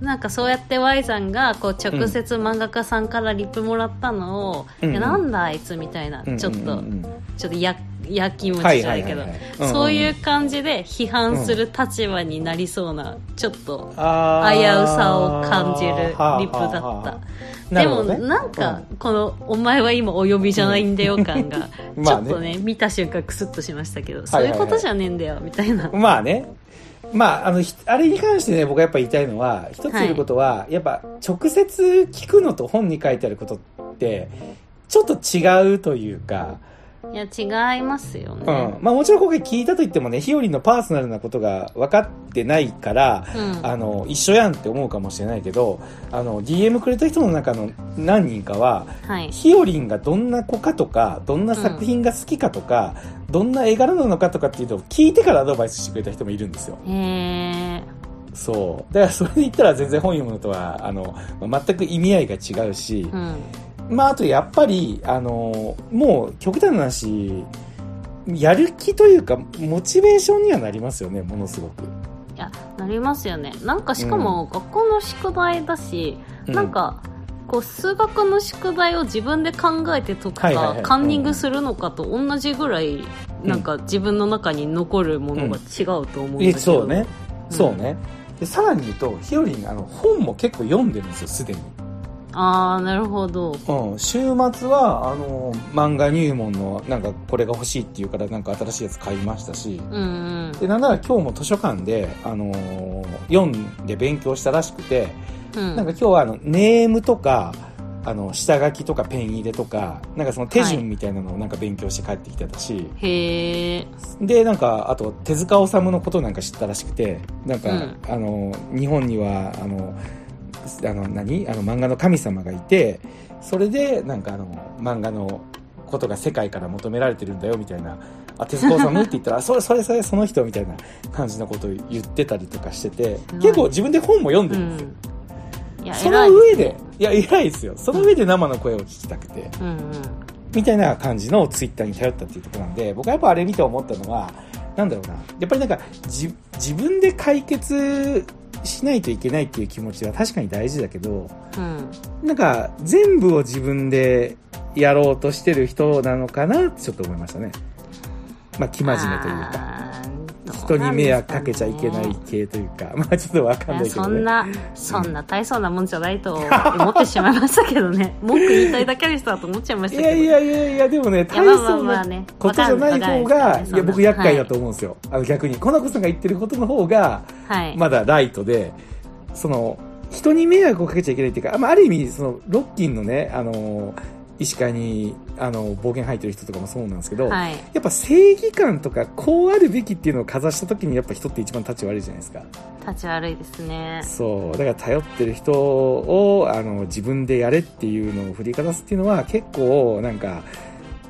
Speaker 2: なんかそうやって Y さんがこう直接漫画家さんからリップもらったのを、
Speaker 1: うん
Speaker 2: いやなんだあいつみたいな、
Speaker 1: うん
Speaker 2: ちょっと、
Speaker 1: うん
Speaker 2: ちょっとややきもちじゃないけど、
Speaker 1: はいはいはいはいうんうん
Speaker 2: そういう感じで批判する立場になりそうな、ちょっと
Speaker 1: あ
Speaker 2: 危
Speaker 1: ー
Speaker 2: うさを感じるリップだっ
Speaker 1: はあはあ
Speaker 2: た、
Speaker 1: はあな
Speaker 2: で
Speaker 1: るほ
Speaker 2: も
Speaker 1: どね
Speaker 2: なんか、この「お前は今お呼びじゃないんだよ」感が、
Speaker 1: うん
Speaker 2: ち
Speaker 1: ま
Speaker 2: ょ
Speaker 1: あ
Speaker 2: っ
Speaker 1: ね
Speaker 2: とね見た瞬間クスッとしましたけど、
Speaker 1: はいはいはい
Speaker 2: そういうことじゃねえんだよみたいな、
Speaker 1: うんまあね。まあ、あの、ひあれに関してね、僕はやっぱ言いたいのは、一つ言えることは、やっぱ直接聞くのと本に書いてあることって、ちょっと違うというか、
Speaker 2: いや違いますよ
Speaker 1: うん。
Speaker 2: ね、
Speaker 1: まあもちろん今回聞いたと言ってもね、ひよりのパーソナルなことが分かってないから、
Speaker 2: うん
Speaker 1: あの一緒やんって思うかもしれないけどあの DM くれた人の中の何人かは
Speaker 2: はい
Speaker 1: ひよりんがどんな子かとかどんな作品が好きかとか、どんな絵柄なのかとかっていうのを聞いてからアドバイスしてくれた人もいるんですよ
Speaker 2: えー、
Speaker 1: そうだからそれで言ったら全然本読むのとはあの全く意味合いが違うし、
Speaker 2: うん
Speaker 1: まああとやっぱりあのもう極端な話やる気というかモチベーションにはなりますよねものすごく。
Speaker 2: いやなりますよねなんかしかも学校の宿題だし、
Speaker 1: う
Speaker 2: なんかこう数学の宿題を自分で考えて解くか、
Speaker 1: はいはいはい
Speaker 2: カンニングするのかと同じぐらい、
Speaker 1: うん
Speaker 2: なんか自分の中に残るものが違うと思うんだけ
Speaker 1: え
Speaker 2: ど、
Speaker 1: そうね、
Speaker 2: うん
Speaker 1: そうねでさらに言うとひよりんあの本も結構読んでるんですよすでに、
Speaker 2: ああなるほど
Speaker 1: うん、週末はあの漫画入門のなんかこれが欲しいっていうからなんか新しいやつ買いましたし
Speaker 2: うんうん
Speaker 1: でなんなら今日も図書館で、あのー読んで勉強したらしくて、
Speaker 2: うん
Speaker 1: なんか今日はあのネームとかあの下書きとかペン入れとかなんかその手順みたいなのをなんか勉強して帰ってきてたし、
Speaker 2: へえ
Speaker 1: でなんかあと手塚治虫のことなんか知ったらしくてなんか、
Speaker 2: うん
Speaker 1: あの日本にはあのあの何あの漫画の神様がいてそれでなんかあの漫画のことが世界から求められてるんだよみたいなあ、手塚治虫って言ったら、あそれそれそれその人みたいな感じのことを言ってたりとかしてて
Speaker 2: すごい、
Speaker 1: 結構自分で本も読んで
Speaker 2: う
Speaker 1: るんですよ。
Speaker 2: んいや
Speaker 1: そ
Speaker 2: 偉
Speaker 1: の
Speaker 2: い
Speaker 1: 上
Speaker 2: すね
Speaker 1: で、いや、偉いですよ。その上で生の声を聞きたくて、
Speaker 2: うんうん
Speaker 1: みたいな感じのツイッターに頼ったっていうところなんで、僕はやっぱあれ見て思ったのは、なんだろうな。やっぱりなんか、じ、自分で解決しないといけないっていう気持ちは確かに大事だけど、
Speaker 2: うん
Speaker 1: なんか、全部を自分でやろうとしてる人なのかなってちょっと思いましたね。まあ、生真面目というか。
Speaker 2: あーどうなんです
Speaker 1: 人
Speaker 2: かね
Speaker 1: に迷惑かけちゃいけない系というか、まあちょっとわかんない
Speaker 2: いや
Speaker 1: けど
Speaker 2: そ
Speaker 1: ね。
Speaker 2: んな、そんな大層なもんじゃないと思ってしまいましたけど ね。文句言いたいだけの人だと思っちゃいまし
Speaker 1: い
Speaker 2: たけど。
Speaker 1: やいやいやいや、でもね、
Speaker 2: いや
Speaker 1: 大
Speaker 2: まあまあ
Speaker 1: 層
Speaker 2: まあ
Speaker 1: な
Speaker 2: ね。
Speaker 1: ことじゃない方が、いや、僕厄介だと
Speaker 2: 思
Speaker 1: 思うんですよ。あの逆に、コナコさんが言ってることの方が、
Speaker 2: う。はい。
Speaker 1: まだライトで、その、人に迷惑をかけちゃいけないっていうか、まあ、ある意味、その、ロッキンのね、あの、医師会に、あの、暴言吐いてる人とかもそうなんですけど、
Speaker 2: はい。
Speaker 1: やっぱ正義感とか、こうあるべきっていうのをかざした時に、やっぱ人って一番立ち悪いじゃないですか。
Speaker 2: 立ち悪いですね。
Speaker 1: そう。だから頼ってる人を、あの、自分でやれっていうのを振りかざすっていうのは結構、なんか、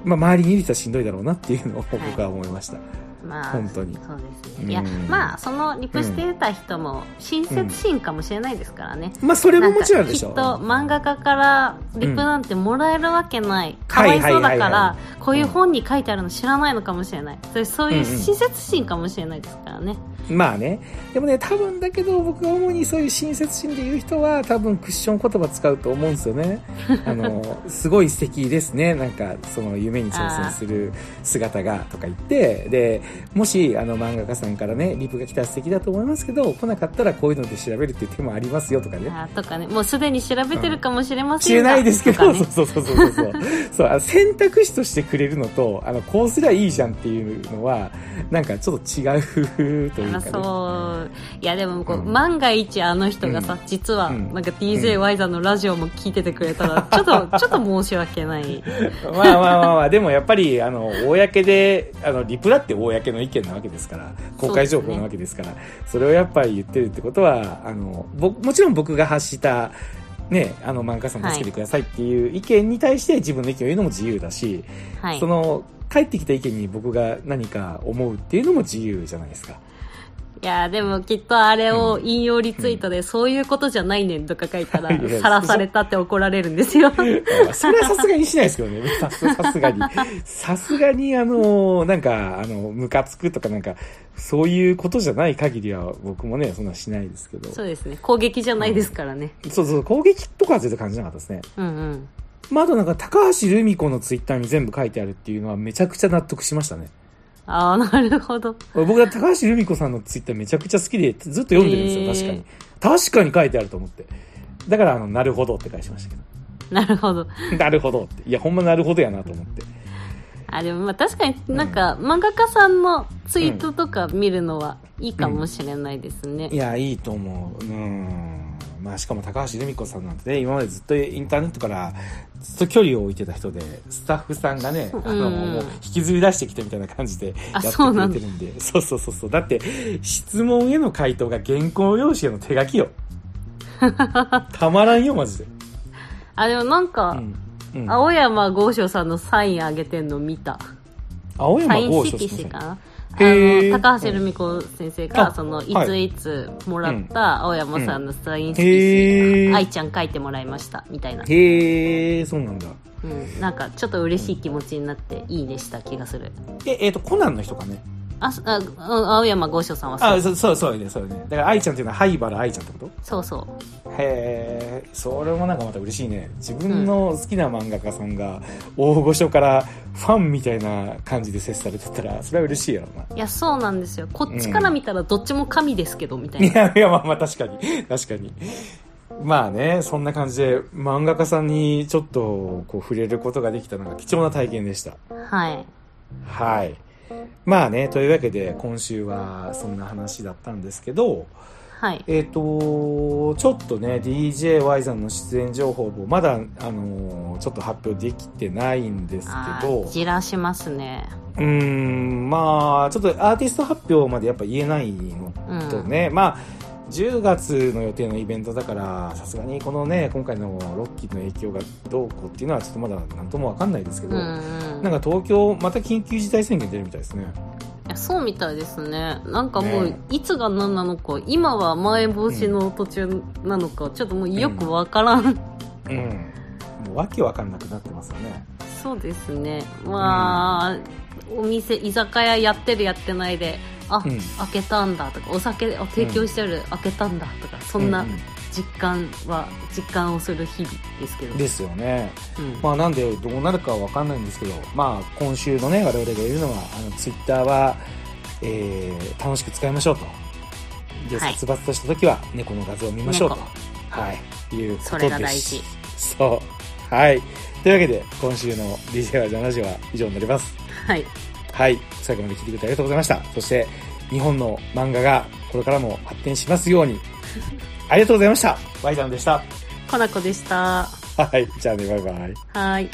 Speaker 1: まあ、周りにいる人はしんどいだろうなっていうのを
Speaker 2: い
Speaker 1: 僕は思いました。
Speaker 2: まあ、
Speaker 1: 本当に
Speaker 2: そうですね。いや
Speaker 1: うん、
Speaker 2: まあ、そのリプしてた人も親切心かもしれないですからね。
Speaker 1: まあ、それももちろんでしょ。
Speaker 2: なかきっと漫画家からリプなんてもらえるわけない、かわいそう
Speaker 1: は
Speaker 2: だ
Speaker 1: いはい
Speaker 2: か
Speaker 1: はい
Speaker 2: ら
Speaker 1: は
Speaker 2: こういう本に書いてあるの知らないのかもしれないそれそういう親切心かもしれないですからね、
Speaker 1: まあね。でもね、多分だけど、僕が主にそういう親切心で言う人は、多分クッション言葉使うと思うんですよ ね。あの、すごい素敵ですね。なんか、その夢に挑戦する姿が、とか言って、で、もし、あの、漫画家さんからね、リプが来たら素敵だと思いますけど、来なかったらこういうので調べるっていう手もありますよ、とかね。
Speaker 2: あーとかねもうすでに調べてるかもしれま
Speaker 1: 知
Speaker 2: せ
Speaker 1: れ
Speaker 2: ん が
Speaker 1: ないですけ
Speaker 2: とか
Speaker 1: ど、
Speaker 2: ね
Speaker 1: そうそうそうそうそうそう。 そう、あの選択肢としてくれるのと、あの、こうすりゃいいじゃんっていうのは、なんかちょっと違うというか、
Speaker 2: あ
Speaker 1: ね。
Speaker 2: そういやでもこう、
Speaker 1: うん
Speaker 2: 万が一あの人がさ、
Speaker 1: う
Speaker 2: 実は
Speaker 1: うん
Speaker 2: なんか DJY さんのラジオも聞いててくれたら、ちょっとちょっと申し訳ない
Speaker 1: まあまあまあまあ、でもやっぱり、あの、公で、あの、リプラって公の意見なわけですから、公開情報なわけですから、それをやっぱり言ってるってことは、あの、僕、もちろん僕が発した、ね、あの、漫画家さん助けてくださいっていう意見に対して自分の意見を言うのも自由だし、
Speaker 2: はい
Speaker 1: その、返ってきた意見に僕が何か思うっていうのも自由じゃないですか。
Speaker 2: いやでもきっとあれを引用リツイートで、そういうことじゃないねんとか書いた ら
Speaker 1: いや
Speaker 2: さらされたって怒られるんです よ
Speaker 1: それはさすがにしないですけどね。さすさすがに。さすがに、あの、なんか、あの、ムカつくとかなんか、そういうことじゃない限りは僕もね、そんなしないですけど。
Speaker 2: そうですね攻撃じゃないですからね、
Speaker 1: そうそう、攻撃とかは全然感じなかったですね。
Speaker 2: うん、うん
Speaker 1: まあ、あとなんか、高橋留美子のツイッターに全部書いてあるっていうのはめちゃくちゃ納得しましたね。
Speaker 2: ああなるほど
Speaker 1: 僕は高橋留美子さんのツイッターめちゃくちゃ好きでずっと読んでるんですよ、
Speaker 2: へー
Speaker 1: 確かに。確かに書いてあると思って。だから、あの、なるほどって返しましたけ ど。
Speaker 2: なるほど
Speaker 1: なるほどって。いや、ほんまなるほどやなと思って。
Speaker 2: あでもまあ確かになんか、漫画家さんのツイートとか見るのはいいかもしれないですね、
Speaker 1: いや、いいと思う。うん。まあ、しかも高橋留美子さんなんてね、今までずっとインターネットからずっと距離を置いてた人で、スタッフさんがね、あの、
Speaker 2: うん
Speaker 1: もう引きずり出してきたみたいな感じでや
Speaker 2: あ
Speaker 1: って
Speaker 2: そう
Speaker 1: くれ
Speaker 2: なんだ
Speaker 1: てるんで。そうそうそうそう。だって、質問への回答が原稿用紙への手書き よ。たまらんよ、マジで。
Speaker 2: あでもなんか、
Speaker 1: うん。うん、
Speaker 2: 青山剛昌さんのサインあげてんの見た。
Speaker 1: 青山
Speaker 2: サイ
Speaker 1: 剛
Speaker 2: ン
Speaker 1: 志
Speaker 2: 色紙かなあ
Speaker 1: へー
Speaker 2: の、高橋留美子先生か
Speaker 1: う
Speaker 2: ら、
Speaker 1: ん
Speaker 2: その、
Speaker 1: あ
Speaker 2: いついつもらった青山さんのサイン色
Speaker 1: へ
Speaker 2: 紙、
Speaker 1: ー
Speaker 2: 愛ちゃん書いてもらいました、みたいな。
Speaker 1: へえ、そうなんだ。
Speaker 2: うん。なんか、ちょっと嬉しい気持ちになって、いいねした気がする。
Speaker 1: え、えっ、と、コナンの人かね。
Speaker 2: あ、そあうん青山剛昌さんはそう。
Speaker 1: あ、そう、そう、そうよね、そうよね。だから、愛ちゃんっていうのは、灰原愛ちゃんってこと
Speaker 2: そうそう。
Speaker 1: へえそれもなんかまた嬉しいね自分の好きな漫画家さんが大御所からファンみたいな感じで接されてたらそれは嬉しいやろうない
Speaker 2: や、そうなんですよ。こっちから見たらどっちも神ですけど、みたい
Speaker 1: い
Speaker 2: な。
Speaker 1: やいやまあまあ 確かに確かにまあねそんな感じで漫画家さんにちょっとこう触れることができたのが貴重な体験でした
Speaker 2: はい。
Speaker 1: はいまあねというわけで今週はそんな話だったんですけど
Speaker 2: はい。
Speaker 1: えっ、と、ちょっとね、DJY さんの出演情報もまだ、あのーちょっと発表できてないんです
Speaker 2: あ
Speaker 1: けど
Speaker 2: ー、じらしますね。
Speaker 1: うーん、まあ、ちょっとアーティスト発表までやっぱ言えないのとね、まあ、 10月の予定のイベントだから、さすがにこのね、今回のロッキーの影響がどうこうっていうのはちょっとまだなんともわかんないですけど、
Speaker 2: うんうん
Speaker 1: なんか東京、また緊急事態宣言出るみたいですね。
Speaker 2: いやそうみたいですねなんかもう、
Speaker 1: ね
Speaker 2: いつが何なのか今はまん延防止の途中なのか、ちょっともうよくわからん、
Speaker 1: うん。もうわけわかんなくなってますよね。
Speaker 2: そうですねまあ、お店居酒屋やってるやってないであ、
Speaker 1: うん
Speaker 2: 開けたんだとかお酒を提供してある、開けたんだとかそん
Speaker 1: う
Speaker 2: な
Speaker 1: う
Speaker 2: 実感は、実感をする日々ですけど
Speaker 1: ですよね。
Speaker 2: うん
Speaker 1: まあなんでどうなるかはわかんないんですけど、まあ今週のね、我々が言うのは、あの、ツイッターは、えー、楽しく使いましょうと。で、
Speaker 2: はい
Speaker 1: 殺伐とした時は猫の画像を見ましょうと。
Speaker 2: 猫
Speaker 1: はい。いうことです。
Speaker 2: それが大事。
Speaker 1: そう。はい。というわけで、今週の DJ はじゃなじは以上になります。
Speaker 2: はい
Speaker 1: はい。最後まで聞いてくれてありがとうございました。そして、日本の漫画がこれからも発展しますよう に。ありがとうございました。ワイダンでした。
Speaker 2: コナコでした
Speaker 1: はい。じゃあね、バイバイ。
Speaker 2: はい